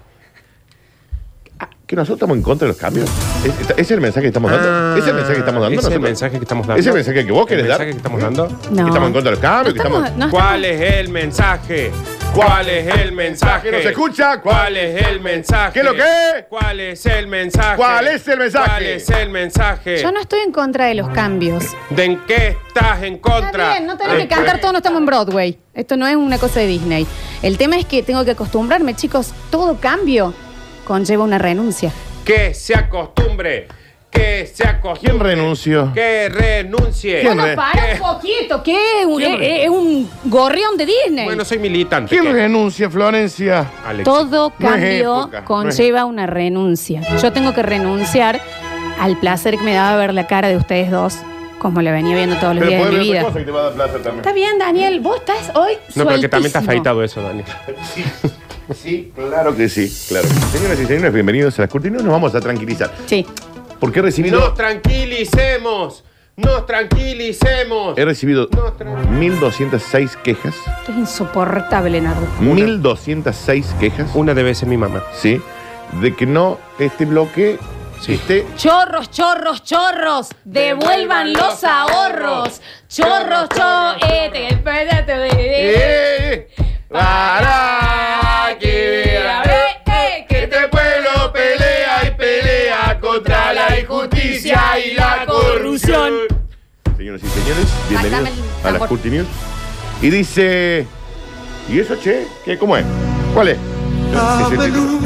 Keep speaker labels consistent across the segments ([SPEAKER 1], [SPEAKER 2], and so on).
[SPEAKER 1] Ah, Que nosotros estamos en contra de los cambios. ¿Es, esta- es el mensaje que estamos dando? ¿Es el mensaje que estamos dando?
[SPEAKER 2] Ah, ¿Es el
[SPEAKER 1] nosotros?
[SPEAKER 2] mensaje que estamos dando?
[SPEAKER 1] ¿Es el Ah, mensaje que vos querés
[SPEAKER 2] ¿El
[SPEAKER 1] dar?
[SPEAKER 2] mensaje que estamos dando?
[SPEAKER 3] No.
[SPEAKER 1] Que estamos en contra de los cambios.
[SPEAKER 3] No
[SPEAKER 1] que estamos-
[SPEAKER 3] estamos- no
[SPEAKER 2] ¿Cuál es el mensaje? ¿Cuál es el mensaje?
[SPEAKER 1] ¿Que nos escucha?
[SPEAKER 2] ¿Cuál es el mensaje?
[SPEAKER 1] ¿Qué lo que es?
[SPEAKER 2] ¿Cuál es el mensaje?
[SPEAKER 1] ¿Cuál es el mensaje?
[SPEAKER 2] ¿Cuál es el mensaje?
[SPEAKER 3] Yo no estoy en contra de los cambios.
[SPEAKER 2] ¿De en qué estás en
[SPEAKER 3] Está
[SPEAKER 2] contra?
[SPEAKER 3] bien, no tenés que
[SPEAKER 2] ¿De
[SPEAKER 3] cantar,
[SPEAKER 1] pues.
[SPEAKER 2] qué?
[SPEAKER 3] todos no estamos en Broadway. Esto no es una cosa de Disney. El tema es que tengo que acostumbrarme, chicos. Todo cambio conlleva una renuncia.
[SPEAKER 2] Que se acostumbre. Que se acostumbre.
[SPEAKER 1] ¿Quién renunció?
[SPEAKER 2] Que renuncie.
[SPEAKER 1] ¿Quién
[SPEAKER 3] Bueno,
[SPEAKER 1] re-
[SPEAKER 3] para un
[SPEAKER 2] ¿Qué?
[SPEAKER 3] poquito, ¿qué? Es un,
[SPEAKER 2] ¿Quién re-
[SPEAKER 3] eh, eh, un gorrión de Disney.
[SPEAKER 2] Bueno, soy militante.
[SPEAKER 1] ¿Quién
[SPEAKER 2] ¿Qué?
[SPEAKER 1] renuncia, Florencia?
[SPEAKER 2] Alexis.
[SPEAKER 3] Todo
[SPEAKER 1] No es
[SPEAKER 3] cambio
[SPEAKER 1] época, no
[SPEAKER 3] conlleva una renuncia. Yo tengo que renunciar al placer que me daba ver la cara de ustedes dos, como la venía viendo todos los
[SPEAKER 1] Pero
[SPEAKER 3] días
[SPEAKER 1] podés
[SPEAKER 3] de
[SPEAKER 1] ver
[SPEAKER 3] mi
[SPEAKER 1] otra
[SPEAKER 3] vida.
[SPEAKER 1] cosa que te va a dar placer también.
[SPEAKER 3] Está bien, Daniel, vos estás hoy
[SPEAKER 2] No, pero que también está
[SPEAKER 3] sueltísimo.
[SPEAKER 2] afeitado eso, Dani.
[SPEAKER 1] Sí, claro que sí, claro. que sí. Señoras y señores, bienvenidos a las cortinas. Nos vamos a tranquilizar.
[SPEAKER 3] Sí.
[SPEAKER 1] Porque he recibido,
[SPEAKER 2] Nos tranquilicemos. Nos tranquilicemos.
[SPEAKER 1] he recibido
[SPEAKER 2] No, tra-
[SPEAKER 1] 1.206 quejas.
[SPEAKER 3] Esto es insoportable, Nardo.
[SPEAKER 1] 1.206 quejas.
[SPEAKER 2] Una debe ser mi mamá.
[SPEAKER 1] Sí. De que no este bloque
[SPEAKER 2] Sí.
[SPEAKER 1] esté.
[SPEAKER 3] Chorros, chorros, chorros, devuelvan los ahorros. Chorros, chorros. eh, te- espérate, eh,
[SPEAKER 1] ¡Eh! Para que vea, eh,
[SPEAKER 3] eh,
[SPEAKER 1] que este pueblo pelea y pelea contra la injusticia y la corrupción. Señoras y señores, bienvenidos
[SPEAKER 3] Bájame el
[SPEAKER 1] a las
[SPEAKER 3] tambor.
[SPEAKER 1] Curti News. Y dice. ¿Y eso, che? ¿Qué, ¿Cómo es? ¿Cuál es? Ese título.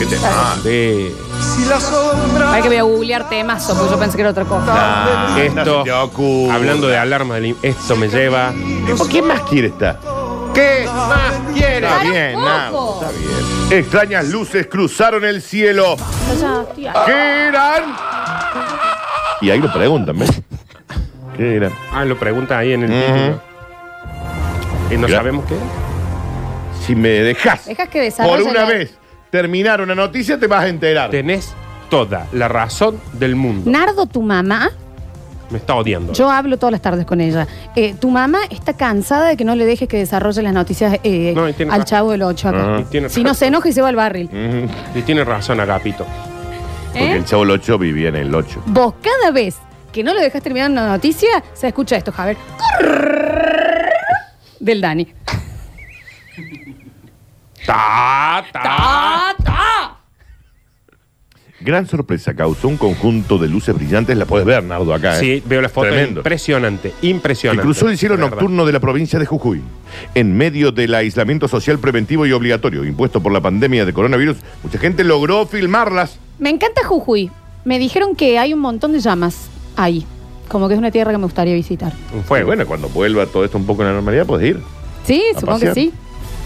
[SPEAKER 1] ¿Qué tema?
[SPEAKER 2] De
[SPEAKER 4] Si la sombra
[SPEAKER 3] Para que voy a googlear temazo, porque yo pensé que era otra cosa.
[SPEAKER 1] Ah,
[SPEAKER 2] esto,
[SPEAKER 1] no se te ocurra.
[SPEAKER 2] hablando de alarma, del in- esto me lleva.
[SPEAKER 1] ¿Y ¿Por qué más quiere esta?
[SPEAKER 2] ¿Qué más quieres?
[SPEAKER 1] Está
[SPEAKER 3] un
[SPEAKER 1] bien,
[SPEAKER 3] poco.
[SPEAKER 1] Nabo, está bien. Extrañas luces cruzaron el cielo.
[SPEAKER 3] Yo ya estoy a-
[SPEAKER 1] ¿Qué eran? Y ahí lo preguntan, ¿ves? ¿Qué eran?
[SPEAKER 2] Ah, lo pregunta ahí en el
[SPEAKER 1] Ujú.
[SPEAKER 2] título. ¿Y no
[SPEAKER 1] Mira.
[SPEAKER 2] sabemos qué?
[SPEAKER 1] Si me dejas
[SPEAKER 3] Dejas que
[SPEAKER 1] por
[SPEAKER 3] desarrolle.
[SPEAKER 1] una
[SPEAKER 3] la-
[SPEAKER 1] vez terminar una noticia, te vas a enterar.
[SPEAKER 2] Tenés toda la razón del mundo.
[SPEAKER 3] Nardo, tu mamá,
[SPEAKER 2] Me está odiando.
[SPEAKER 3] yo hablo todas las tardes con ella. Eh, tu mamá está cansada de que no le dejes que desarrolle las noticias eh,
[SPEAKER 2] No, y tiene
[SPEAKER 3] al
[SPEAKER 2] razón.
[SPEAKER 3] chavo del 8 acá.
[SPEAKER 2] Y tiene
[SPEAKER 3] Si no,
[SPEAKER 2] razón. Mm,
[SPEAKER 3] se enoja y se va al barril. ¿Eh?
[SPEAKER 1] Ujú.
[SPEAKER 2] Y tiene razón, Agapito. ¿Eh?
[SPEAKER 1] Porque el chavo el 8 vivía en el 8.
[SPEAKER 3] Vos cada vez que no lo dejas terminar una noticia, se escucha esto, Javier. Del Dani.
[SPEAKER 2] Ta, ta.
[SPEAKER 1] Gran sorpresa causó un conjunto de luces brillantes. La puedes ver, Nardo, acá. ¿eh?
[SPEAKER 2] Sí, veo la foto.
[SPEAKER 1] Tremendo.
[SPEAKER 2] Impresionante,
[SPEAKER 1] Que
[SPEAKER 2] impresionante.
[SPEAKER 1] cruzó el cielo
[SPEAKER 2] De verdad.
[SPEAKER 1] nocturno de la provincia de Jujuy. En medio del aislamiento social preventivo y obligatorio impuesto por la pandemia de coronavirus, mucha gente logró filmarlas.
[SPEAKER 3] Me encanta Jujuy. Me dijeron que hay un montón de llamas ahí. Como que es una tierra que me gustaría visitar.
[SPEAKER 2] Un
[SPEAKER 1] Bueno,
[SPEAKER 2] fuego.
[SPEAKER 1] bueno, cuando vuelva todo esto un poco a la normalidad, puedes ir
[SPEAKER 3] Sí,
[SPEAKER 1] a
[SPEAKER 3] supongo
[SPEAKER 1] pasear
[SPEAKER 3] que sí.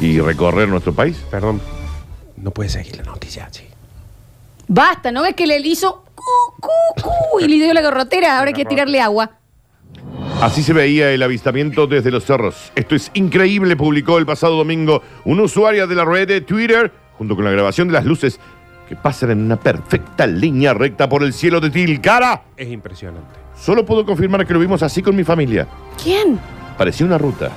[SPEAKER 1] y recorrer nuestro país.
[SPEAKER 2] Perdón. No puede seguir la noticia, sí.
[SPEAKER 3] Basta, ¿no ves que le hizo cu, cu, cu, y le dio la garrotera? Ahora hay que tirarle agua.
[SPEAKER 1] Así se veía el avistamiento desde los cerros. Esto es increíble, publicó el pasado domingo un usuario de la red de Twitter, junto con la grabación de las luces que pasan en una perfecta línea recta por el cielo de Tilcara.
[SPEAKER 2] Es impresionante.
[SPEAKER 1] Solo puedo confirmar que lo vimos así con mi familia.
[SPEAKER 3] ¿Quién?
[SPEAKER 1] Parecía una ruta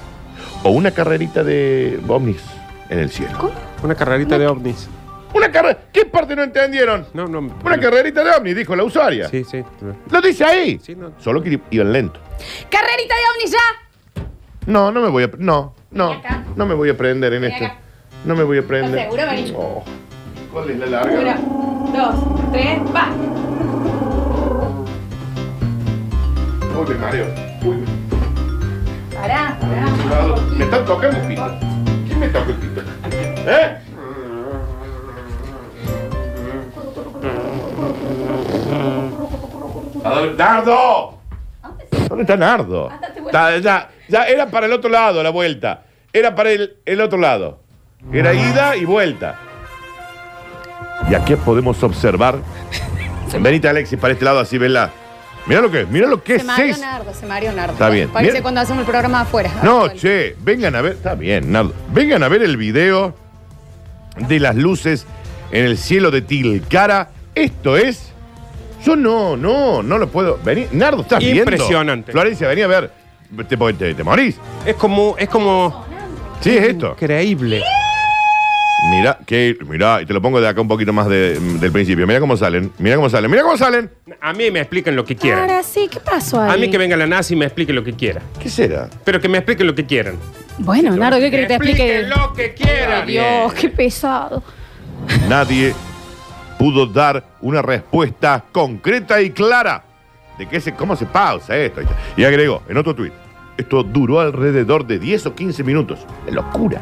[SPEAKER 1] o una carrerita de ovnis en el cielo.
[SPEAKER 3] ¿Cómo?
[SPEAKER 2] Una carrerita de ovnis.
[SPEAKER 1] ¿Una carrera? ¿Qué parte no entendieron?
[SPEAKER 2] No, no.
[SPEAKER 1] Una carrerita de ovnis, dijo la usuaria.
[SPEAKER 2] Sí, sí.
[SPEAKER 1] Lo dice ahí.
[SPEAKER 2] Sí, no.
[SPEAKER 1] Solo que iban lento.
[SPEAKER 3] ¡Carrerita de ovnis ya!
[SPEAKER 1] No, no me voy a. No, no.
[SPEAKER 3] Vení acá.
[SPEAKER 1] No me voy a prender en
[SPEAKER 3] Vení
[SPEAKER 1] esto.
[SPEAKER 3] acá.
[SPEAKER 1] No me voy a prender.
[SPEAKER 3] ¿Estás seguro, Vení?
[SPEAKER 1] Oh, ¿Cuál es la larga?
[SPEAKER 3] dos, tres, va.
[SPEAKER 1] Uy, me mareo. Uy,
[SPEAKER 3] Pará,
[SPEAKER 1] me- me están tocando el pito. ¿Quién me toca el pito? ¿Eh? ¡Nardo! ¿Dónde está Nardo?
[SPEAKER 3] Andate, güey.
[SPEAKER 1] Está- ya, ya era para el otro lado la vuelta. Era para el, el otro lado. Era ida y vuelta. Y aquí podemos observar. Venite, Alexis, para este lado, así, vela. Mira lo que es, mira lo que
[SPEAKER 3] Se
[SPEAKER 1] es
[SPEAKER 3] mareó
[SPEAKER 1] eso.
[SPEAKER 3] Nardo, se mareó Nardo.
[SPEAKER 1] Está bien.
[SPEAKER 3] Parece
[SPEAKER 1] Bien.
[SPEAKER 3] cuando hacemos el programa afuera.
[SPEAKER 1] No, che, vengan a ver. Está bien, Nardo. Vengan a ver el video de las luces en el cielo de Tilcara. Esto es. Yo no, no, no lo puedo. Vení, Nardo, estás viendo.
[SPEAKER 2] Impresionante.
[SPEAKER 1] Florencia, vení a ver. Te, te- te morís.
[SPEAKER 2] Es como, es como
[SPEAKER 1] Sí, es esto.
[SPEAKER 2] increíble.
[SPEAKER 1] Mirá, que, mirá, y te lo pongo de acá un poquito más de- del principio. Mirá cómo salen, mirá cómo salen, mirá cómo salen.
[SPEAKER 2] A mí me explican lo que quieran.
[SPEAKER 3] Ahora sí, ¿qué pasó ahí?
[SPEAKER 2] A mí que venga la NASA y me explique lo que quiera.
[SPEAKER 1] ¿Qué será?
[SPEAKER 2] Pero que me expliquen lo que quieran.
[SPEAKER 3] Bueno, Nardo, ¿qué querés que te explique?
[SPEAKER 2] Expliquen lo que
[SPEAKER 3] Ay,
[SPEAKER 2] quieran.
[SPEAKER 3] Dios, qué pesado.
[SPEAKER 1] Nadie pudo dar una respuesta concreta y clara de qué se, cómo se pausa esto. Y agregó en otro tuit, esto duró alrededor de 10 o 15 minutos. Una locura,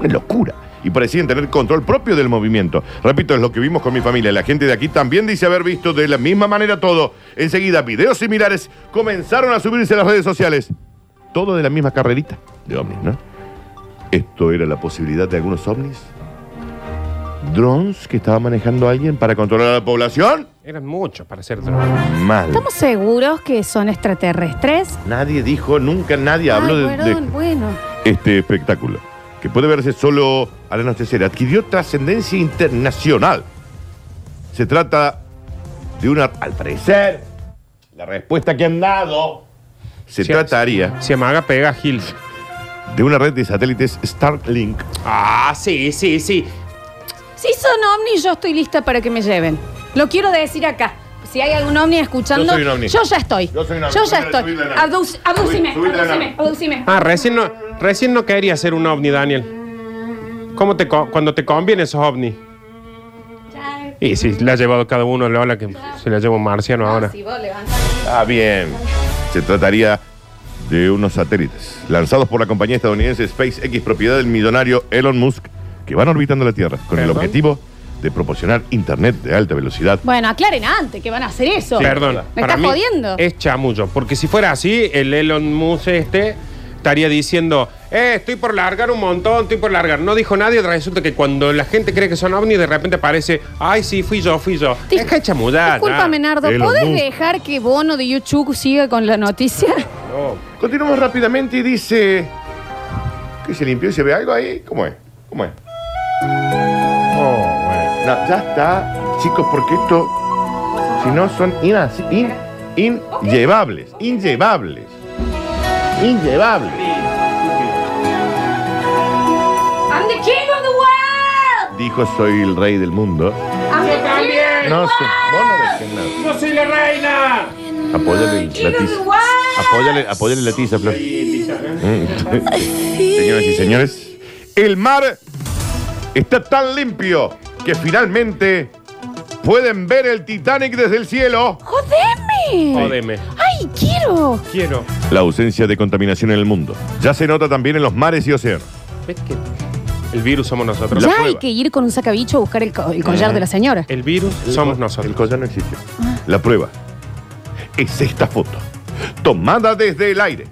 [SPEAKER 1] una locura. Y parecían tener control propio del movimiento. Repito, es lo que vimos con mi familia. La gente de aquí también dice haber visto de la misma manera todo. Enseguida, videos similares comenzaron a subirse a las redes sociales. Todo de la misma carrerita de ovnis, ¿no? Esto era la posibilidad de algunos ovnis drones que estaba manejando alguien para controlar a la población?
[SPEAKER 2] Eran muchos para hacer drogas.
[SPEAKER 1] Mal.
[SPEAKER 3] ¿Estamos seguros que son extraterrestres?
[SPEAKER 1] Nadie dijo, nunca nadie habló
[SPEAKER 3] Ay,
[SPEAKER 1] de- de,
[SPEAKER 3] perdón, bueno.
[SPEAKER 1] este espectáculo, que puede verse solo al anochecer, adquirió trascendencia internacional. Se trata de una, al parecer, la respuesta que han dado, se
[SPEAKER 2] Sí,
[SPEAKER 1] trataría
[SPEAKER 2] Se amaga, pega, Gil.
[SPEAKER 1] de una red de satélites Starlink.
[SPEAKER 2] Ah, sí, sí, sí.
[SPEAKER 3] Si son ovnis, yo estoy lista para que me lleven. Lo quiero decir acá. Si hay algún ovni escuchando,
[SPEAKER 1] Yo soy un ovni.
[SPEAKER 3] yo ya estoy.
[SPEAKER 1] Yo soy un ovni.
[SPEAKER 3] Yo ya
[SPEAKER 1] Subile,
[SPEAKER 3] estoy.
[SPEAKER 1] subile la nave.
[SPEAKER 3] Abduc- Abducime,
[SPEAKER 1] Subile, subile la
[SPEAKER 3] abducime,
[SPEAKER 1] nave.
[SPEAKER 3] abducime.
[SPEAKER 2] Ah, recién no, recién no quería ser un ovni, Daniel. ¿Cómo te co- cuando te conviene esos ovnis? Y sí, le ha llevado cada uno la ola que se la lleva un marciano ahora.
[SPEAKER 3] Si Ah, vos levantás.
[SPEAKER 1] Ah, bien. Se trataría de unos satélites lanzados por la compañía estadounidense SpaceX, propiedad del millonario Elon Musk, que van orbitando la Tierra con el
[SPEAKER 2] Perdón.
[SPEAKER 1] objetivo de proporcionar Internet de alta velocidad.
[SPEAKER 3] Bueno, aclaren antes que van a hacer eso.
[SPEAKER 2] Sí, Perdón.
[SPEAKER 3] Me
[SPEAKER 2] para
[SPEAKER 3] estás
[SPEAKER 2] mí
[SPEAKER 3] jodiendo.
[SPEAKER 2] Es chamullo. Porque si fuera así, el Elon Musk este estaría diciendo, eh, estoy por largar un montón, estoy por largar. No dijo nadie, resulta que cuando la gente cree que son ovnis, de repente aparece, ay, sí, fui yo, fui yo.
[SPEAKER 3] Dis-
[SPEAKER 2] es que es chamullada.
[SPEAKER 3] Discúlpame, Nardo.
[SPEAKER 1] Elon
[SPEAKER 3] ¿Podés
[SPEAKER 1] Musk.
[SPEAKER 3] dejar que Bono de YouTube siga con la noticia?
[SPEAKER 2] No.
[SPEAKER 1] Continuamos rápidamente y dice... ¿Qué se limpió y se ve algo ahí? ¿Cómo es? ¿Cómo es? Oh, bueno. No, ya está, chicos, porque esto, si no, son inas- in- in- llevables, inllevables, inllevables.
[SPEAKER 3] I'm the king of the world.
[SPEAKER 1] Dijo soy el rey del mundo.
[SPEAKER 3] I'm the
[SPEAKER 2] también.
[SPEAKER 1] No sé, vos no decís nada.
[SPEAKER 2] ¡Yo soy la reina!
[SPEAKER 1] Apóyale el- la tiza. Apóyale, apóyale la tiza, Flor. Mm. Señoras y señores, el mar está tan limpio que finalmente pueden ver el Titanic desde el cielo.
[SPEAKER 3] ¡Jodeme!
[SPEAKER 2] Jódeme.
[SPEAKER 3] ¡Ay, quiero!
[SPEAKER 2] Quiero.
[SPEAKER 1] La ausencia de contaminación en el mundo. Ya se nota también en los mares y océanos.
[SPEAKER 2] ¿Ves que el virus somos nosotros?
[SPEAKER 3] Ya hay
[SPEAKER 1] prueba.
[SPEAKER 3] que ir con un sacabicho a buscar el, co- el collar de la señora.
[SPEAKER 2] El virus somos nosotros.
[SPEAKER 1] El collar no existe. La prueba es esta foto, tomada desde el aire,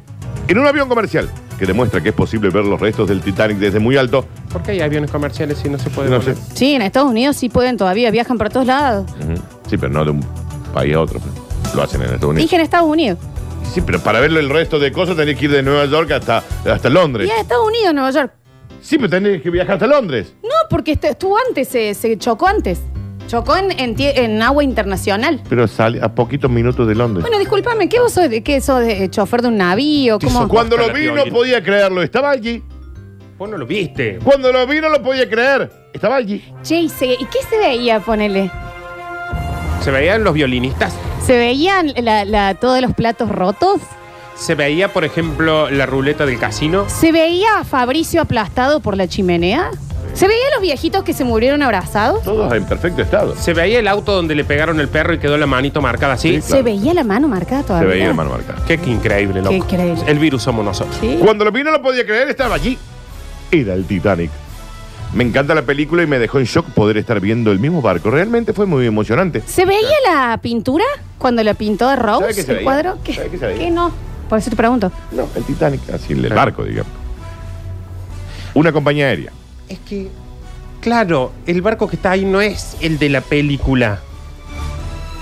[SPEAKER 1] en un avión comercial, que demuestra que es posible ver los restos del Titanic desde muy alto.
[SPEAKER 2] ¿Por qué hay aviones comerciales si no se puede
[SPEAKER 1] No
[SPEAKER 2] volar?
[SPEAKER 1] sé.
[SPEAKER 3] Sí, en Estados Unidos sí pueden todavía, viajan para todos lados.
[SPEAKER 1] Ujú. Sí, pero no de un país a otro. Lo hacen en Estados Unidos.
[SPEAKER 3] Dije en Estados Unidos.
[SPEAKER 1] Sí, pero para verlo el resto de cosas tenés que ir de Nueva York hasta, hasta Londres.
[SPEAKER 3] Y a Estados Unidos, Nueva York. este,
[SPEAKER 1] Sí, pero tenés que viajar hasta Londres.
[SPEAKER 3] No, porque est- estuvo antes, se, se chocó antes. Chocó en, en tie- en agua internacional.
[SPEAKER 1] Pero sale a poquitos minutos de Londres.
[SPEAKER 3] Bueno, discúlpame, ¿qué vos sos de qué sos de eh, chofer de un navío? ¿Cómo?
[SPEAKER 1] Cuando
[SPEAKER 2] Corta la
[SPEAKER 1] lo vi no
[SPEAKER 2] piolín.
[SPEAKER 1] podía creerlo, estaba allí.
[SPEAKER 2] Vos no lo viste.
[SPEAKER 1] Cuando lo vi no lo podía creer, estaba allí.
[SPEAKER 3] Che, ¿y se- ¿y qué se veía, ponele?
[SPEAKER 2] Se veían los violinistas.
[SPEAKER 3] ¿Se veían la- la- todos los platos rotos?
[SPEAKER 2] Se veía, por ejemplo, la ruleta del casino.
[SPEAKER 3] ¿Se veía a Fabricio aplastado por la chimenea? ¿Se veía a los viejitos que se murieron abrazados?
[SPEAKER 1] Todos en perfecto estado.
[SPEAKER 2] Se veía el auto donde le pegaron el perro y quedó la manito marcada así.
[SPEAKER 1] Sí.
[SPEAKER 3] ¿Se veía la mano marcada
[SPEAKER 1] Se
[SPEAKER 3] todavía?
[SPEAKER 1] veía el mano acá.
[SPEAKER 2] Qué, qué increíble, loco.
[SPEAKER 3] Qué increíble.
[SPEAKER 2] El virus somos nosotros.
[SPEAKER 3] Sí.
[SPEAKER 1] Cuando lo vi no lo podía creer, estaba allí. Era el Titanic. Me encanta la película y me dejó en shock poder estar viendo el mismo barco. Realmente fue muy emocionante.
[SPEAKER 3] ¿Se veía la pintura cuando la pintó de
[SPEAKER 1] ¿Sabe qué
[SPEAKER 3] Rose
[SPEAKER 1] se
[SPEAKER 3] el
[SPEAKER 1] veía?
[SPEAKER 3] cuadro? ¿Qué,
[SPEAKER 1] ¿Sabe qué se veía?
[SPEAKER 3] qué no? Por eso te pregunto.
[SPEAKER 1] No, el Titanic, así el
[SPEAKER 2] Claro.
[SPEAKER 1] barco, digamos. Una compañía aérea.
[SPEAKER 2] Es que, claro, el barco que está ahí no es el de la película.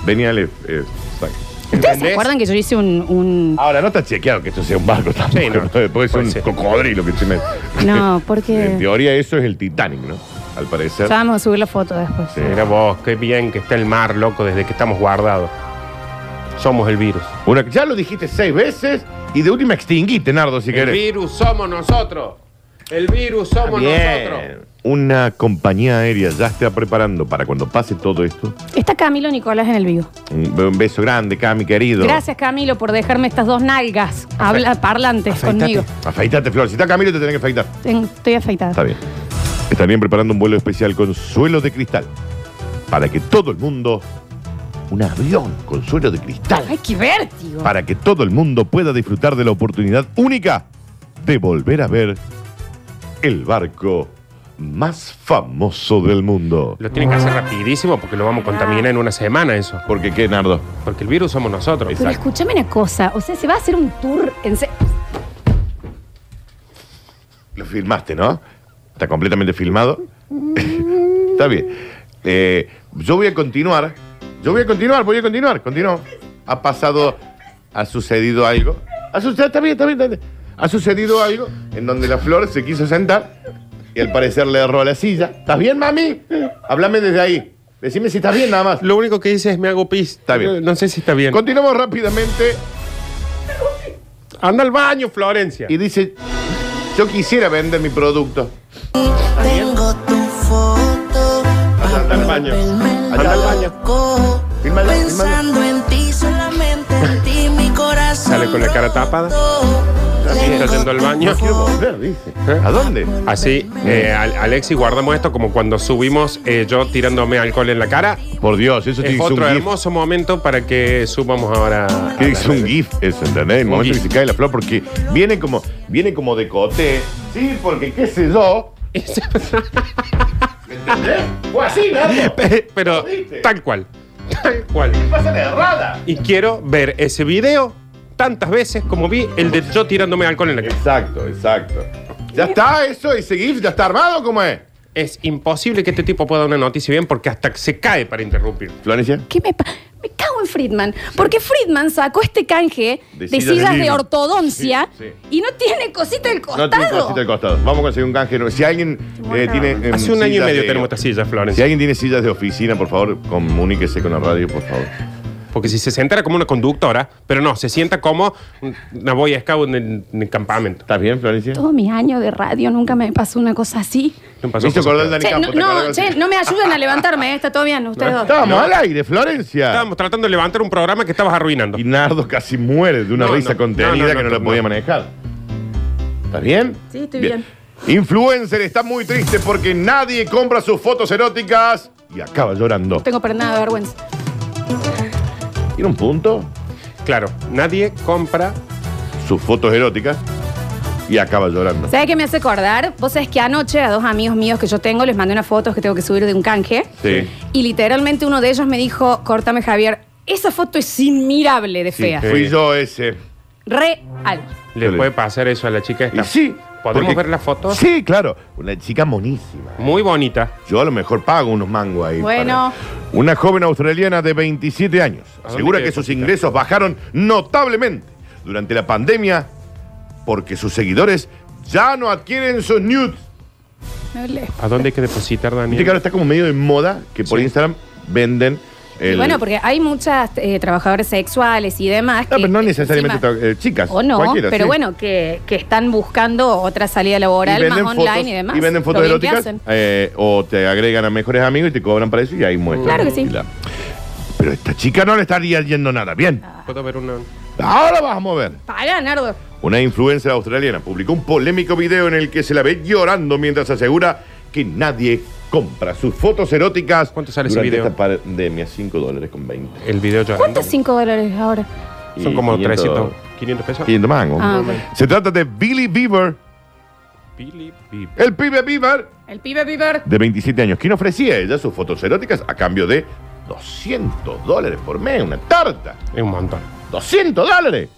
[SPEAKER 1] Venía el... eh, sac-
[SPEAKER 3] ¿Ustedes se
[SPEAKER 2] ¿Entendés?
[SPEAKER 3] acuerdan que yo hice un... un-
[SPEAKER 1] Ahora, no está chequeado que esto sea un barco tampoco.
[SPEAKER 2] Sí, no.
[SPEAKER 1] ¿no? Puede ser
[SPEAKER 2] Puede
[SPEAKER 1] un
[SPEAKER 2] ser.
[SPEAKER 1] cocodrilo que se me...
[SPEAKER 3] No, porque-
[SPEAKER 1] En teoría eso es el Titanic, ¿no? Al parecer.
[SPEAKER 3] Ya vamos a subir la foto después.
[SPEAKER 1] Sí.
[SPEAKER 2] Mira vos, qué bien que está el mar, loco, desde que estamos guardados. Somos el virus.
[SPEAKER 1] Una- ya lo dijiste seis veces y de última extinguiste, Nardo, si
[SPEAKER 2] El
[SPEAKER 1] querés.
[SPEAKER 2] virus somos nosotros. El virus somos
[SPEAKER 1] Bien.
[SPEAKER 2] nosotros.
[SPEAKER 1] Una compañía aérea ya está preparando para cuando pase todo esto.
[SPEAKER 3] Está Camilo Nicolás en el vivo.
[SPEAKER 1] Un, un beso grande, Cami, querido.
[SPEAKER 3] Gracias, Camilo, por dejarme estas dos nalgas habla, parlantes conmigo.
[SPEAKER 1] Afeitate, Flor. Si está Camilo, te tenés que afeitar.
[SPEAKER 3] Ten- Estoy afeitada.
[SPEAKER 1] Está bien. Estarían preparando un vuelo especial con suelo de cristal. Para que todo el mundo. Un avión con suelo de cristal.
[SPEAKER 3] ¡Ay, qué vértigo!
[SPEAKER 1] Para que todo el mundo pueda disfrutar de la oportunidad única de volver a ver el barco más famoso del mundo.
[SPEAKER 2] Lo tienen que hacer rapidísimo porque lo vamos a contaminar en una semana eso.
[SPEAKER 1] Porque qué, Nardo.
[SPEAKER 2] Porque el virus somos nosotros.
[SPEAKER 3] Pero escúchame una cosa, o sea, se va a hacer un tour en... se-
[SPEAKER 1] Lo filmaste, ¿no? Está completamente filmado. Está bien. Eh, yo voy a continuar. Yo voy a continuar, voy a continuar. Continúo. Ha pasado, ha sucedido algo. Ha sucedido, está bien, está bien, está bien. Ha sucedido algo en donde la flor se quiso sentar y al parecer le erró la silla. ¿Estás bien, mami? Háblame desde ahí. Decime si estás bien nada más.
[SPEAKER 2] Lo único que dice es me hago pis.
[SPEAKER 1] Está bien.
[SPEAKER 2] No, no sé si está bien.
[SPEAKER 1] Continuamos rápidamente
[SPEAKER 2] Anda al baño, Florencia.
[SPEAKER 1] y dice, yo quisiera vender mi producto.
[SPEAKER 4] Tengo tu foto.
[SPEAKER 1] Anda, anda al baño. Anda al baño.
[SPEAKER 4] Loco,
[SPEAKER 1] Fírmala,
[SPEAKER 4] pensando en ti, solamente en ti, mi corazón.
[SPEAKER 2] Sale con la cara tapada.
[SPEAKER 4] roto.
[SPEAKER 2] Así está yendo al baño.
[SPEAKER 1] No quiero volver, dice.
[SPEAKER 2] ¿Eh?
[SPEAKER 1] ¿A dónde?
[SPEAKER 2] Así, eh, Al- Alexi, guardamos esto como cuando subimos eh, yo tirándome alcohol en la cara.
[SPEAKER 1] Por Dios, eso tiene
[SPEAKER 2] Es
[SPEAKER 1] que ser
[SPEAKER 2] otro
[SPEAKER 1] un GIF.
[SPEAKER 2] hermoso momento para que subamos ahora. a
[SPEAKER 1] Tiene que
[SPEAKER 2] las
[SPEAKER 1] ser un
[SPEAKER 2] redes.
[SPEAKER 1] GIF eso, ¿entendés? El
[SPEAKER 2] Un
[SPEAKER 1] momento
[SPEAKER 2] GIF.
[SPEAKER 1] que se cae la flor, porque viene como, viene como de coté. Sí, porque qué sé yo. ¿Me entendés? O así, nada.
[SPEAKER 2] Pero tal cual. Tal cual.
[SPEAKER 1] Pasa la errada.
[SPEAKER 2] Y quiero ver ese video tantas veces como vi el de yo tirándome alcohol en la cara.
[SPEAKER 1] Exacto, exacto. Ya está eso, ese GIF ya está armado, ¿cómo es?
[SPEAKER 2] Es imposible que este tipo pueda dar una noticia bien porque hasta se cae para interrumpir.
[SPEAKER 1] Florencia.
[SPEAKER 3] ¿Qué me pa- Me cago en Friedman, porque Friedman sacó este canje
[SPEAKER 1] De
[SPEAKER 3] de,
[SPEAKER 1] sillas de
[SPEAKER 3] sillas de,
[SPEAKER 1] living.
[SPEAKER 3] ortodoncia
[SPEAKER 1] Sí, sí.
[SPEAKER 3] y no tiene cosita del costado.
[SPEAKER 1] No tiene cosita al costado. Vamos a conseguir un canje. nuevo. Si alguien eh,
[SPEAKER 3] Bueno.
[SPEAKER 1] tiene. em,
[SPEAKER 2] Hace un año y
[SPEAKER 1] sillas
[SPEAKER 2] medio
[SPEAKER 1] de-
[SPEAKER 2] tenemos esta silla,
[SPEAKER 1] Si
[SPEAKER 2] Florencia.
[SPEAKER 1] alguien tiene sillas de oficina, por favor, comuníquese con la radio, por favor.
[SPEAKER 2] Porque si se sentara como una conductora, pero no, se sienta como una boya scout en el, en el campamento.
[SPEAKER 1] ¿Estás bien, Florencia?
[SPEAKER 3] Todos mis años de radio nunca me pasó una cosa así.
[SPEAKER 2] Me
[SPEAKER 1] Me
[SPEAKER 2] pasó
[SPEAKER 1] hizo
[SPEAKER 2] cosas
[SPEAKER 1] acordar
[SPEAKER 2] peores.
[SPEAKER 1] Dani
[SPEAKER 3] Che, no,
[SPEAKER 1] Campos, ¿te
[SPEAKER 3] no,
[SPEAKER 1] acordás?
[SPEAKER 3] che, no me ayudan a levantarme, ¿eh? está todo bien, ustedes dos.
[SPEAKER 1] Estábamos al aire, Florencia.
[SPEAKER 2] Estábamos tratando de levantar un programa que estabas arruinando.
[SPEAKER 1] Y Nardo casi muere de una
[SPEAKER 2] No,
[SPEAKER 1] risa
[SPEAKER 2] no,
[SPEAKER 1] contenida
[SPEAKER 2] no, no, no,
[SPEAKER 1] que no,
[SPEAKER 2] no,
[SPEAKER 1] la podía
[SPEAKER 2] no.
[SPEAKER 1] manejar. ¿Estás bien?
[SPEAKER 3] Sí, estoy
[SPEAKER 1] Influencer está muy triste porque nadie compra sus fotos eróticas y acaba llorando.
[SPEAKER 3] Tengo para nada de vergüenza.
[SPEAKER 1] ¿Tiene un punto?
[SPEAKER 2] Claro, nadie compra.
[SPEAKER 1] Sus fotos eróticas y acaba llorando.
[SPEAKER 3] ¿Sabes qué me hace acordar? Vos sabés que anoche a dos amigos míos que yo tengo les mandé unas fotos que tengo que subir de un canje.
[SPEAKER 1] Sí.
[SPEAKER 3] Y literalmente uno de ellos me dijo, córtame Javier, esa foto es inmirable de
[SPEAKER 1] Sí,
[SPEAKER 3] fea.
[SPEAKER 1] Fui yo ese.
[SPEAKER 3] Real.
[SPEAKER 2] Le
[SPEAKER 1] Dale.
[SPEAKER 2] puede pasar eso a la chica
[SPEAKER 1] Y
[SPEAKER 2] esta.
[SPEAKER 1] sí.
[SPEAKER 2] ¿Podemos
[SPEAKER 1] porque-
[SPEAKER 2] ver las fotos?
[SPEAKER 1] Sí, claro. Una chica monísima.
[SPEAKER 2] Muy bonita.
[SPEAKER 1] Yo a lo mejor pago unos mangos ahí.
[SPEAKER 3] Bueno.
[SPEAKER 1] para- Una joven australiana de 27 años
[SPEAKER 2] ¿A dónde
[SPEAKER 1] asegura
[SPEAKER 2] queda
[SPEAKER 1] que
[SPEAKER 2] esa
[SPEAKER 1] sus
[SPEAKER 2] chica?
[SPEAKER 1] ingresos bajaron notablemente durante la pandemia porque sus seguidores ya no adquieren sus nudes.
[SPEAKER 3] No le-
[SPEAKER 2] ¿A dónde hay que depositar,
[SPEAKER 1] Viste que
[SPEAKER 2] Daniel?
[SPEAKER 1] ahora está como medio de moda que por
[SPEAKER 2] Sí.
[SPEAKER 1] Instagram venden el.
[SPEAKER 3] Y bueno, porque hay muchas eh, trabajadoras sexuales y demás.
[SPEAKER 1] No,
[SPEAKER 3] que,
[SPEAKER 1] pero no
[SPEAKER 3] eh,
[SPEAKER 1] necesariamente
[SPEAKER 3] encima-
[SPEAKER 1] tra- eh, chicas.
[SPEAKER 3] O no,
[SPEAKER 1] cualquiera,
[SPEAKER 3] pero
[SPEAKER 1] sí.
[SPEAKER 3] bueno, que, que están buscando otra salida
[SPEAKER 1] Y
[SPEAKER 3] laboral más
[SPEAKER 1] venden
[SPEAKER 3] online
[SPEAKER 1] fotos-
[SPEAKER 3] y demás.
[SPEAKER 1] y venden
[SPEAKER 3] Lo
[SPEAKER 1] fotos
[SPEAKER 3] bien que
[SPEAKER 1] eróticas
[SPEAKER 3] hacen.
[SPEAKER 1] eh, o te agregan a mejores amigos y te cobran para eso y ahí muestran.
[SPEAKER 3] Claro que sí.
[SPEAKER 1] la- Pero a esta chica no le estaría yendo nada
[SPEAKER 3] Ah.
[SPEAKER 1] bien.
[SPEAKER 2] Puedo ver una.
[SPEAKER 1] Ahora vas a mover.
[SPEAKER 3] Pará, Nardo.
[SPEAKER 1] Una influencer australiana publicó un polémico video en el que se la ve llorando mientras asegura que nadie compra sus fotos eróticas.
[SPEAKER 2] ¿Cuánto sale ese
[SPEAKER 1] durante
[SPEAKER 2] video?
[SPEAKER 1] Esta pandemia, 5 dólares con 20.
[SPEAKER 2] El video llorando.
[SPEAKER 3] ¿Cuántos 5 dólares ahora?
[SPEAKER 2] Son
[SPEAKER 1] Y
[SPEAKER 2] como
[SPEAKER 1] 500,
[SPEAKER 2] 300, 500 pesos.
[SPEAKER 1] 500 mangos.
[SPEAKER 3] Ah, ok.
[SPEAKER 1] Se trata de Billy Bieber,
[SPEAKER 2] Pili, pi.
[SPEAKER 1] el pibe Bieber,
[SPEAKER 3] El pibe piper.
[SPEAKER 1] de 27 años, quien ofrecía a ella sus fotos eróticas a cambio de 200 dólares por mes, una tarta.
[SPEAKER 2] Es un montón.
[SPEAKER 1] 200 dólares.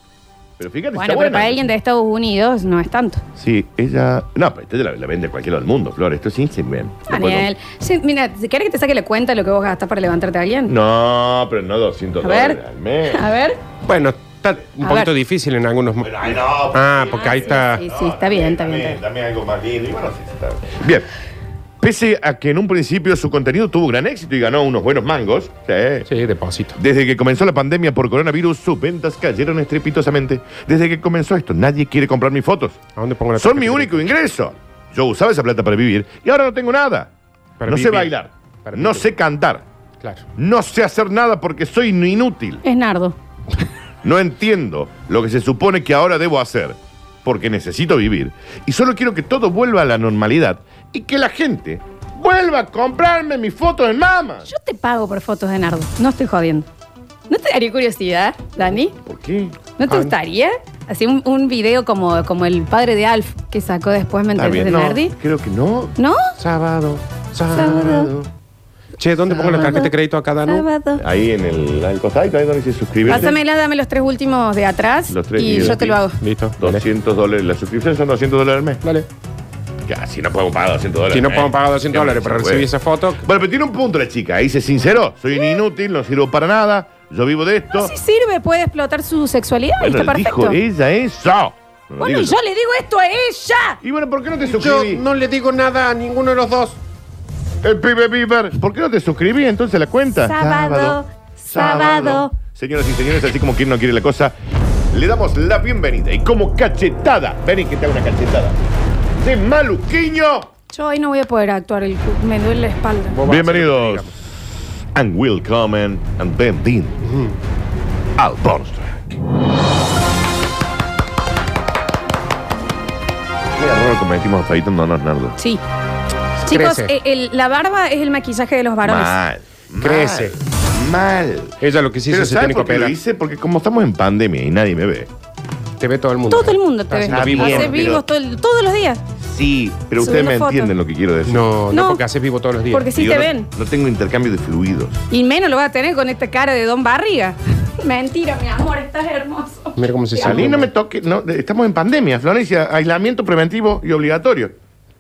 [SPEAKER 1] Pero fíjate,
[SPEAKER 3] Bueno,
[SPEAKER 1] está
[SPEAKER 3] pero
[SPEAKER 1] buena.
[SPEAKER 3] para alguien de Estados Unidos no es tanto.
[SPEAKER 1] Sí, ella. No, pero esta la, la vende cualquiera del mundo, Flor. Esto es Instagram.
[SPEAKER 3] Daniel, sí, mira, si quieres que te saque la cuenta de lo que vos gastas para levantarte a alguien.
[SPEAKER 1] No, pero no 200
[SPEAKER 3] A
[SPEAKER 1] dólares
[SPEAKER 3] ver.
[SPEAKER 1] al mes.
[SPEAKER 3] A ver.
[SPEAKER 2] Bueno, está un
[SPEAKER 3] A
[SPEAKER 2] poquito
[SPEAKER 3] ver.
[SPEAKER 2] difícil en algunos. mo-
[SPEAKER 1] Pero, ay, no, pues,
[SPEAKER 2] Ah, porque ahí
[SPEAKER 3] sí,
[SPEAKER 2] está.
[SPEAKER 3] sí, sí, está bien, está bien. está bien.
[SPEAKER 1] dame, dame algo más lindo. Y bueno, sí, está bien. Bien. Pese a que en un principio su contenido tuvo gran éxito y ganó unos buenos mangos, sí,
[SPEAKER 2] Sí, depósito.
[SPEAKER 1] Desde que comenzó la pandemia por coronavirus, sus ventas cayeron estrepitosamente. Desde que comenzó esto, nadie quiere comprar mis fotos.
[SPEAKER 2] ¿A dónde pongo la
[SPEAKER 1] Son
[SPEAKER 2] tarjeta?
[SPEAKER 1] mi único ingreso. Yo usaba esa plata para vivir y ahora no tengo nada.
[SPEAKER 2] Para
[SPEAKER 1] no sé
[SPEAKER 2] vivir.
[SPEAKER 1] bailar,
[SPEAKER 2] Para
[SPEAKER 1] no
[SPEAKER 2] vivir.
[SPEAKER 1] sé cantar,
[SPEAKER 2] Claro.
[SPEAKER 1] no sé hacer nada porque soy inútil.
[SPEAKER 3] Es Nardo.
[SPEAKER 1] No entiendo lo que se supone que ahora debo hacer, porque necesito vivir. Y solo quiero que todo vuelva a la normalidad y que la gente vuelva a comprarme mis fotos en mama.
[SPEAKER 3] Yo te pago por fotos de Nardo. No estoy jodiendo. ¿No te daría curiosidad, Dani?
[SPEAKER 1] ¿Por qué?
[SPEAKER 3] ¿No te
[SPEAKER 2] Ah,
[SPEAKER 3] gustaría? Así un, un video como, como el padre de Alf que sacó después, ¿me
[SPEAKER 1] Está
[SPEAKER 3] entendés?
[SPEAKER 1] bien,
[SPEAKER 3] De
[SPEAKER 1] no,
[SPEAKER 3] Nardi.
[SPEAKER 1] creo que no.
[SPEAKER 3] ¿No?
[SPEAKER 2] Sábado, sábado.
[SPEAKER 3] Sábado.
[SPEAKER 2] Che, ¿dónde pongo la tarjeta de crédito acá,
[SPEAKER 1] Ah,
[SPEAKER 2] Danu?
[SPEAKER 3] Sábado.
[SPEAKER 1] Ahí en el, al costadito, ahí donde se suscribe.
[SPEAKER 3] Pásamela, dame los tres últimos de atrás
[SPEAKER 1] Los tres
[SPEAKER 3] y
[SPEAKER 1] y
[SPEAKER 3] yo
[SPEAKER 1] el
[SPEAKER 3] te lo hago.
[SPEAKER 2] Listo. Dale.
[SPEAKER 1] 200 dólares. La suscripción son 200 dólares al mes.
[SPEAKER 2] Dale.
[SPEAKER 1] Casi no podemos pagar 200 dólares.
[SPEAKER 2] Si no
[SPEAKER 1] al mes.
[SPEAKER 2] podemos pagar 200
[SPEAKER 1] Claro,
[SPEAKER 2] dólares para
[SPEAKER 1] se
[SPEAKER 2] recibir
[SPEAKER 1] puede.
[SPEAKER 2] esa foto,
[SPEAKER 1] Bueno, pero tiene un punto la chica. Ahí se sinceró. Soy un inútil, no sirvo para nada. Yo vivo de esto.
[SPEAKER 3] No, si sirve, puede explotar su sexualidad.
[SPEAKER 1] Bueno,
[SPEAKER 3] está perfecto.
[SPEAKER 1] dijo ella eso. No lo
[SPEAKER 3] bueno,
[SPEAKER 1] digo
[SPEAKER 3] y yo le digo esto a ella.
[SPEAKER 1] Y bueno, ¿por qué no te
[SPEAKER 2] Yo
[SPEAKER 1] suscribí?
[SPEAKER 2] no le digo nada a ninguno de los dos.
[SPEAKER 1] El pibe Bieber. ¿Por qué no te suscribí entonces a la cuenta?
[SPEAKER 3] Sábado, sábado.
[SPEAKER 1] Señoras y señores, así como quien no quiere la cosa, le damos la bienvenida y como cachetada. Vení que te hago una cachetada. De maluquiño.
[SPEAKER 3] Yo hoy no voy a poder actuar, el club me duele la espalda.
[SPEAKER 2] Vos vas a
[SPEAKER 1] Bienvenidos.
[SPEAKER 2] hacer lo que digamos.
[SPEAKER 1] And welcome and then din al bonus track. Qué error cometimos hasta ahí, no, no, Nardo.
[SPEAKER 3] Sí. Chicos,
[SPEAKER 2] Crece.
[SPEAKER 3] eh, el- la barba es el maquillaje de los varones.
[SPEAKER 1] Mal. mal,
[SPEAKER 2] Crece.
[SPEAKER 1] Mal.
[SPEAKER 2] Ella lo que sí
[SPEAKER 1] Pero
[SPEAKER 2] hizo se
[SPEAKER 1] ¿sabes
[SPEAKER 2] tiene que
[SPEAKER 1] por qué lo
[SPEAKER 2] operar.
[SPEAKER 1] hice? Porque como estamos en pandemia y nadie me ve.
[SPEAKER 2] Te ve todo el mundo.
[SPEAKER 3] Todo el mundo te
[SPEAKER 2] Está
[SPEAKER 3] ve.
[SPEAKER 2] haciendo
[SPEAKER 1] Ah,
[SPEAKER 2] vivo.
[SPEAKER 1] bien.
[SPEAKER 3] Hace
[SPEAKER 1] Bueno, pero-
[SPEAKER 3] vivos todo el- todos los días.
[SPEAKER 1] Sí, pero
[SPEAKER 3] Subí
[SPEAKER 1] ustedes
[SPEAKER 3] una
[SPEAKER 1] me
[SPEAKER 3] foto.
[SPEAKER 1] entienden lo que quiero decir.
[SPEAKER 2] No, no,
[SPEAKER 3] No.
[SPEAKER 2] porque haces vivo todos los días.
[SPEAKER 3] Porque sí
[SPEAKER 1] Yo
[SPEAKER 3] te
[SPEAKER 1] no-
[SPEAKER 3] ven.
[SPEAKER 1] No tengo intercambio de fluidos.
[SPEAKER 3] Y menos lo vas a tener con esta cara de Don Barriga. Mentira, mi amor, estás hermoso.
[SPEAKER 2] Mira cómo se
[SPEAKER 1] A mí
[SPEAKER 2] sale.
[SPEAKER 1] no me toque. No, de- estamos en pandemia, Florencia. Aislamiento preventivo y obligatorio.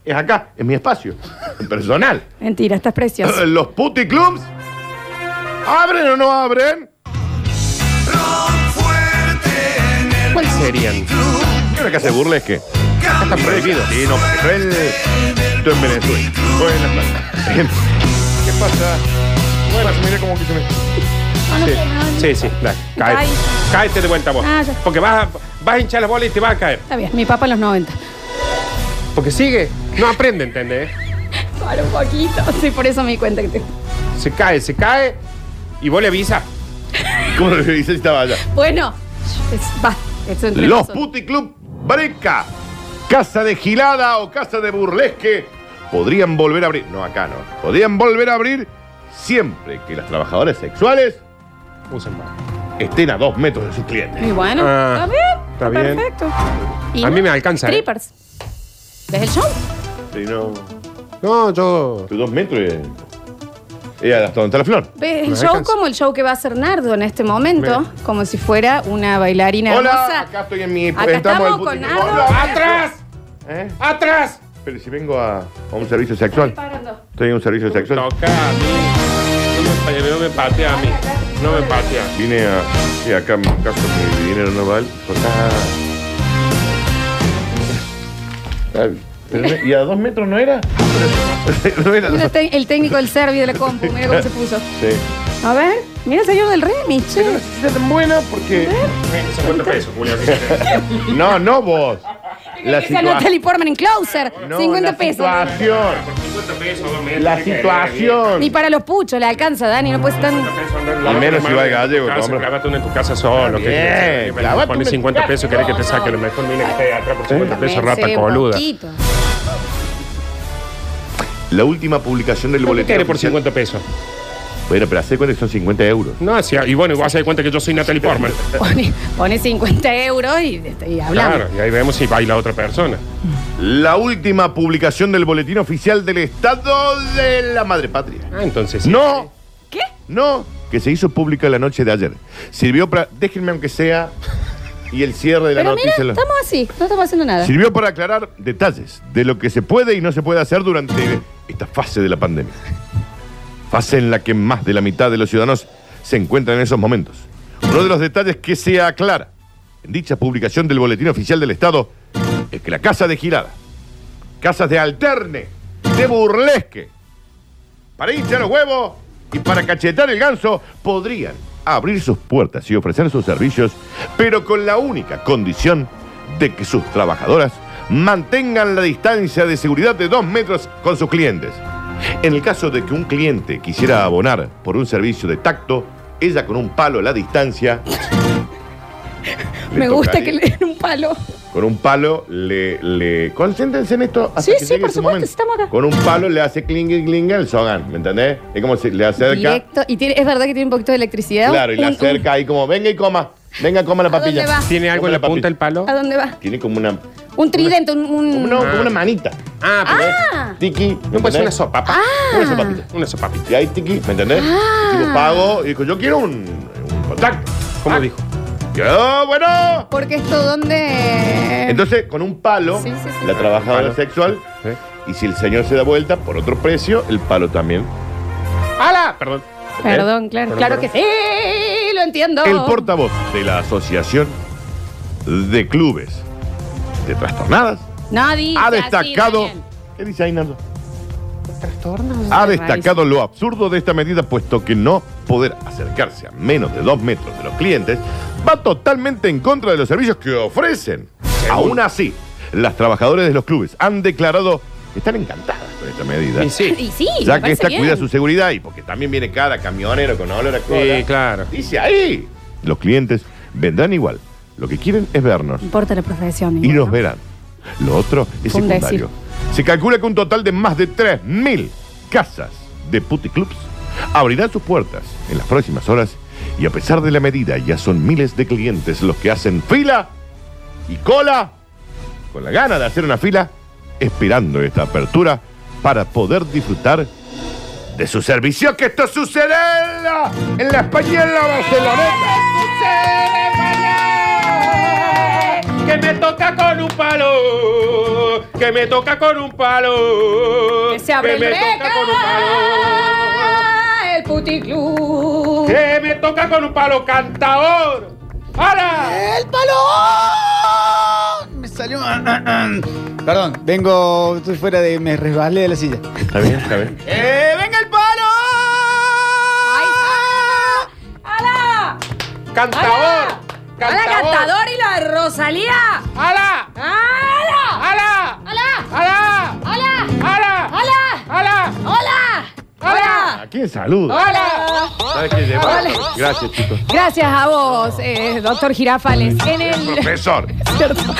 [SPEAKER 1] Es acá, en mi espacio, en personal.
[SPEAKER 3] Mentira, estás precioso.
[SPEAKER 1] Los puticlubs. ¿Abren o no abren?
[SPEAKER 2] ¿Cuál serían?
[SPEAKER 1] ¿Qué hora que hace burla es que? Están prohibidos. Sí, no, porque estoy en, estoy en Venezuela. Estoy en la playa. Bien. ¿Qué pasa? Bueno, mira como que se me...
[SPEAKER 2] Sí, sí, dale.
[SPEAKER 3] Ay.
[SPEAKER 2] Cáete. Cáete de vuelta vos.
[SPEAKER 3] Ah, ya.
[SPEAKER 2] Porque vas a, vas a hinchar las bolas y te vas a caer.
[SPEAKER 3] Está bien, mi papá en los 90.
[SPEAKER 2] Porque sigue. No aprende, ¿entendés?
[SPEAKER 3] Para un poquito. Sí, por eso me di cuenta que te...
[SPEAKER 2] Se cae, se cae y vos le avisas.
[SPEAKER 1] ¿Cómo lo dice si estaba allá?
[SPEAKER 3] Bueno, es- va. Eso entre
[SPEAKER 1] Los
[SPEAKER 3] nosotros.
[SPEAKER 1] Puticlub Breca, casa de gilada o casa de burlesque, podrían volver a abrir. No, acá no. Podrían volver a abrir siempre que las trabajadoras sexuales
[SPEAKER 2] Usen más.
[SPEAKER 1] estén a dos metros de sus clientes.
[SPEAKER 3] Muy bueno.
[SPEAKER 2] Ah,
[SPEAKER 3] está bien.
[SPEAKER 2] está bien.
[SPEAKER 3] Perfecto.
[SPEAKER 2] A mí
[SPEAKER 3] no,
[SPEAKER 2] me alcanza, ¿eh?
[SPEAKER 3] Strippers. ¿Ves el show?
[SPEAKER 1] Si no,
[SPEAKER 2] No, yo.
[SPEAKER 1] tus dos metros es. es hasta donde está la flor.
[SPEAKER 3] ¿Ves el
[SPEAKER 2] Me
[SPEAKER 3] show
[SPEAKER 2] alcanza.
[SPEAKER 3] como el show que va a hacer Nardo en este momento?
[SPEAKER 2] Mira.
[SPEAKER 3] Como si fuera una bailarina
[SPEAKER 1] Hola,
[SPEAKER 3] hermosa.
[SPEAKER 1] acá estoy en mi.
[SPEAKER 3] Acá
[SPEAKER 1] entramos
[SPEAKER 3] estamos
[SPEAKER 1] al
[SPEAKER 3] con
[SPEAKER 1] puticlub.
[SPEAKER 3] Nardo.
[SPEAKER 1] Hola.
[SPEAKER 2] ¡Atrás!
[SPEAKER 1] ¿Eh?
[SPEAKER 2] ¡Atrás!
[SPEAKER 1] Pero si vengo a, a un servicio sexual.
[SPEAKER 3] Parando.
[SPEAKER 1] Estoy en un servicio sexual.
[SPEAKER 2] Toca a mí. No me, no me patea a mí. No me patea.
[SPEAKER 1] Vine a. Sí, acá en mi caso Pues, ah. mi dinero no vale. Acá. Pero- ¿Y a dos metros no era? no era.
[SPEAKER 3] Mira te- el técnico del Servi de la compu, mira cómo se puso.
[SPEAKER 1] Sí.
[SPEAKER 3] A ver, mira el señor del Remy,
[SPEAKER 1] Pero
[SPEAKER 3] che.
[SPEAKER 1] no sé si es tan buena porque.
[SPEAKER 2] 50 Eh, pesos, Julio.
[SPEAKER 1] No, no vos. La
[SPEAKER 3] Que sea Natalie
[SPEAKER 1] situación.
[SPEAKER 3] Portman en Closer, 50 pesos.
[SPEAKER 1] La situación.
[SPEAKER 2] Por 50 pesos, dos metros,
[SPEAKER 1] La
[SPEAKER 2] ¿qué querés, bien?
[SPEAKER 1] situación.
[SPEAKER 3] Ni para los puchos le alcanza, Dani, no puedes tan...
[SPEAKER 2] 50 pesos, no, la
[SPEAKER 1] Y menos
[SPEAKER 2] otra
[SPEAKER 1] si va el
[SPEAKER 2] mano en tu
[SPEAKER 1] gallego,
[SPEAKER 2] casa,
[SPEAKER 1] hombre.
[SPEAKER 2] Clavate uno en tu casa solo.
[SPEAKER 1] Bien,
[SPEAKER 2] ¿qué querés?
[SPEAKER 1] clavate
[SPEAKER 2] Pones
[SPEAKER 1] un-
[SPEAKER 2] 50 pesos, querés que te saque lo mejor. Mira que esté atrás por 50 pesos,
[SPEAKER 3] Ese
[SPEAKER 2] rata coluda.
[SPEAKER 3] poquito.
[SPEAKER 1] La última publicación del
[SPEAKER 2] ¿Qué
[SPEAKER 1] boletín.
[SPEAKER 2] querés por
[SPEAKER 1] oficial-
[SPEAKER 2] 50 pesos?
[SPEAKER 1] Bueno, pero hace cuenta que son 50 euros.
[SPEAKER 2] No, sí, y bueno, y vas a dar cuenta que yo soy Natalie Portman.
[SPEAKER 3] Pone, pone 50 euros y, este, y hablamos.
[SPEAKER 2] Claro, y ahí vemos si baila otra persona.
[SPEAKER 1] La última publicación del boletín oficial del Estado de la Madre Patria.
[SPEAKER 2] Ah, entonces sí.
[SPEAKER 1] No,
[SPEAKER 3] ¿Qué?
[SPEAKER 1] no, que se hizo pública la noche de ayer. Sirvió para. Déjenme aunque sea. Y el cierre de la
[SPEAKER 3] Pero mira,
[SPEAKER 1] noticia. lo-
[SPEAKER 3] estamos así, no estamos haciendo nada.
[SPEAKER 1] Sirvió para aclarar detalles de lo que se puede y no se puede hacer durante esta fase de la pandemia. Fase en la que más de la mitad de los ciudadanos se encuentran en esos momentos. Uno de los detalles que se aclara en dicha publicación del Boletín Oficial del Estado es que la casa de girada, casas de alterne, de burlesque, para hinchar los huevos y para cachetar el ganso, podrían abrir sus puertas y ofrecer sus servicios, pero con la única condición de que sus trabajadoras mantengan la distancia de seguridad de dos metros con sus clientes. En el caso de que un cliente quisiera abonar por un servicio de tacto, ella con un palo a la distancia. le
[SPEAKER 3] Me gusta
[SPEAKER 1] tocaría-
[SPEAKER 3] que le den un palo.
[SPEAKER 1] con un palo le. le... Concéntrense en esto. hasta
[SPEAKER 3] Sí,
[SPEAKER 1] que
[SPEAKER 3] sí,
[SPEAKER 1] llegue
[SPEAKER 3] por
[SPEAKER 1] ese
[SPEAKER 3] supuesto, estamos acá.
[SPEAKER 1] Con un palo le hace clingue clingue el sogan, ¿me entendés? Es como si le acerca.
[SPEAKER 3] Directo. Y tiene, es verdad que tiene un poquito de electricidad.
[SPEAKER 1] Claro, y le
[SPEAKER 3] Un- un-
[SPEAKER 1] acerca ahí como, venga y coma. Venga, coma la
[SPEAKER 3] ¿A dónde
[SPEAKER 1] papilla.
[SPEAKER 3] va? Mm.
[SPEAKER 2] ¿Tiene algo en la punta del
[SPEAKER 1] papilla.
[SPEAKER 3] ¿A
[SPEAKER 2] palo?
[SPEAKER 3] dónde va?
[SPEAKER 1] Tiene como una.
[SPEAKER 3] Un tridente, un. un-
[SPEAKER 1] como, no, como una manita.
[SPEAKER 2] Ah, pero es-
[SPEAKER 3] Ah,
[SPEAKER 1] Tiki.
[SPEAKER 2] no puede ser una
[SPEAKER 1] ¿entendés?
[SPEAKER 2] sopa. pa.
[SPEAKER 1] Una sopapita.
[SPEAKER 2] Una sopapita.
[SPEAKER 1] Y ahí tiki, ¿me entendés?
[SPEAKER 3] Ah.
[SPEAKER 1] Y tipo, pago. Y dijo, yo quiero un, un contacto.
[SPEAKER 2] ¿Cómo
[SPEAKER 1] Ah,
[SPEAKER 2] dijo?
[SPEAKER 1] yo, bueno.
[SPEAKER 3] porque esto donde.
[SPEAKER 1] Entonces, con un palo,
[SPEAKER 3] Eh. Sí, sí, sí.
[SPEAKER 1] la trabajadora
[SPEAKER 2] Palo.
[SPEAKER 1] sexual.
[SPEAKER 2] ¿Eh?
[SPEAKER 1] Y si el señor se da vuelta por otro precio, el palo también.
[SPEAKER 2] ¡Hala! Perdón.
[SPEAKER 3] Perdón, claro.
[SPEAKER 2] Perdón,
[SPEAKER 3] claro
[SPEAKER 2] perdón.
[SPEAKER 3] que sí, lo entiendo.
[SPEAKER 1] ¿eh? El portavoz de la Asociación de Clubes de Trastornadas
[SPEAKER 3] Nadie.
[SPEAKER 1] ha destacado. ¿Qué dice ahí, Nando? Ha destacado lo absurdo de esta medida, puesto que no poder acercarse a menos de dos metros de los clientes va totalmente en contra de los servicios que ofrecen. Aún así, las trabajadoras de los clubes han declarado que están encantadas con esta medida.
[SPEAKER 2] Y sí.
[SPEAKER 3] Y sí,
[SPEAKER 1] ya
[SPEAKER 3] me
[SPEAKER 1] que
[SPEAKER 3] parece
[SPEAKER 1] esta
[SPEAKER 3] bien.
[SPEAKER 1] cuida su seguridad y porque también viene cada camionero con olor a cola.
[SPEAKER 2] Sí, claro.
[SPEAKER 1] Dice ahí. Los clientes vendrán igual. Lo que quieren es vernos
[SPEAKER 3] No importa la profesión.
[SPEAKER 1] y
[SPEAKER 3] igual,
[SPEAKER 1] nos
[SPEAKER 3] ¿no?
[SPEAKER 1] verán. Lo otro es
[SPEAKER 3] Fue un
[SPEAKER 1] secundario. Se calcula que un total de más de 3.000 casas de puticlubs abrirán sus puertas en las próximas horas y a pesar de la medida ya son miles de clientes los que hacen fila y cola con la gana de hacer una fila esperando esta apertura para poder disfrutar de su servicio que esto sucederá en la española barceloneta.
[SPEAKER 2] Que me toca con un palo. Que me toca con un palo.
[SPEAKER 3] Que se abre
[SPEAKER 2] me
[SPEAKER 3] el
[SPEAKER 2] toca con un palo.
[SPEAKER 3] El puticlub.
[SPEAKER 2] Que me toca con un palo, cantador. ¡Hala!
[SPEAKER 5] ¡El palo! Me salió. Perdón, vengo. Estoy fuera de. Me resbalé de la silla.
[SPEAKER 1] Está bien, está bien.
[SPEAKER 5] ¡Eh, venga el
[SPEAKER 3] Ahí
[SPEAKER 5] palo!
[SPEAKER 3] está. ¡Hala!
[SPEAKER 2] ¡Cantador!
[SPEAKER 3] ¡Hala! ¡Hala, cantador y la Rosalía!
[SPEAKER 2] ¡Hala!
[SPEAKER 3] ¡Hala!
[SPEAKER 2] ¡Hala!
[SPEAKER 3] ¡Hala!
[SPEAKER 2] ¡Hala!
[SPEAKER 3] ¡Hala!
[SPEAKER 2] ¡Hala!
[SPEAKER 3] ¡Hala!
[SPEAKER 2] ¡Hala!
[SPEAKER 3] ¡Hola!
[SPEAKER 1] ¿A quién saludo?
[SPEAKER 3] ¡Hola!
[SPEAKER 1] ¿Sabes qué lleva? Gracias, chicos.
[SPEAKER 3] Gracias a vos, eh, doctor Girafales. En el.
[SPEAKER 1] Profesor.
[SPEAKER 3] ¿Cierto?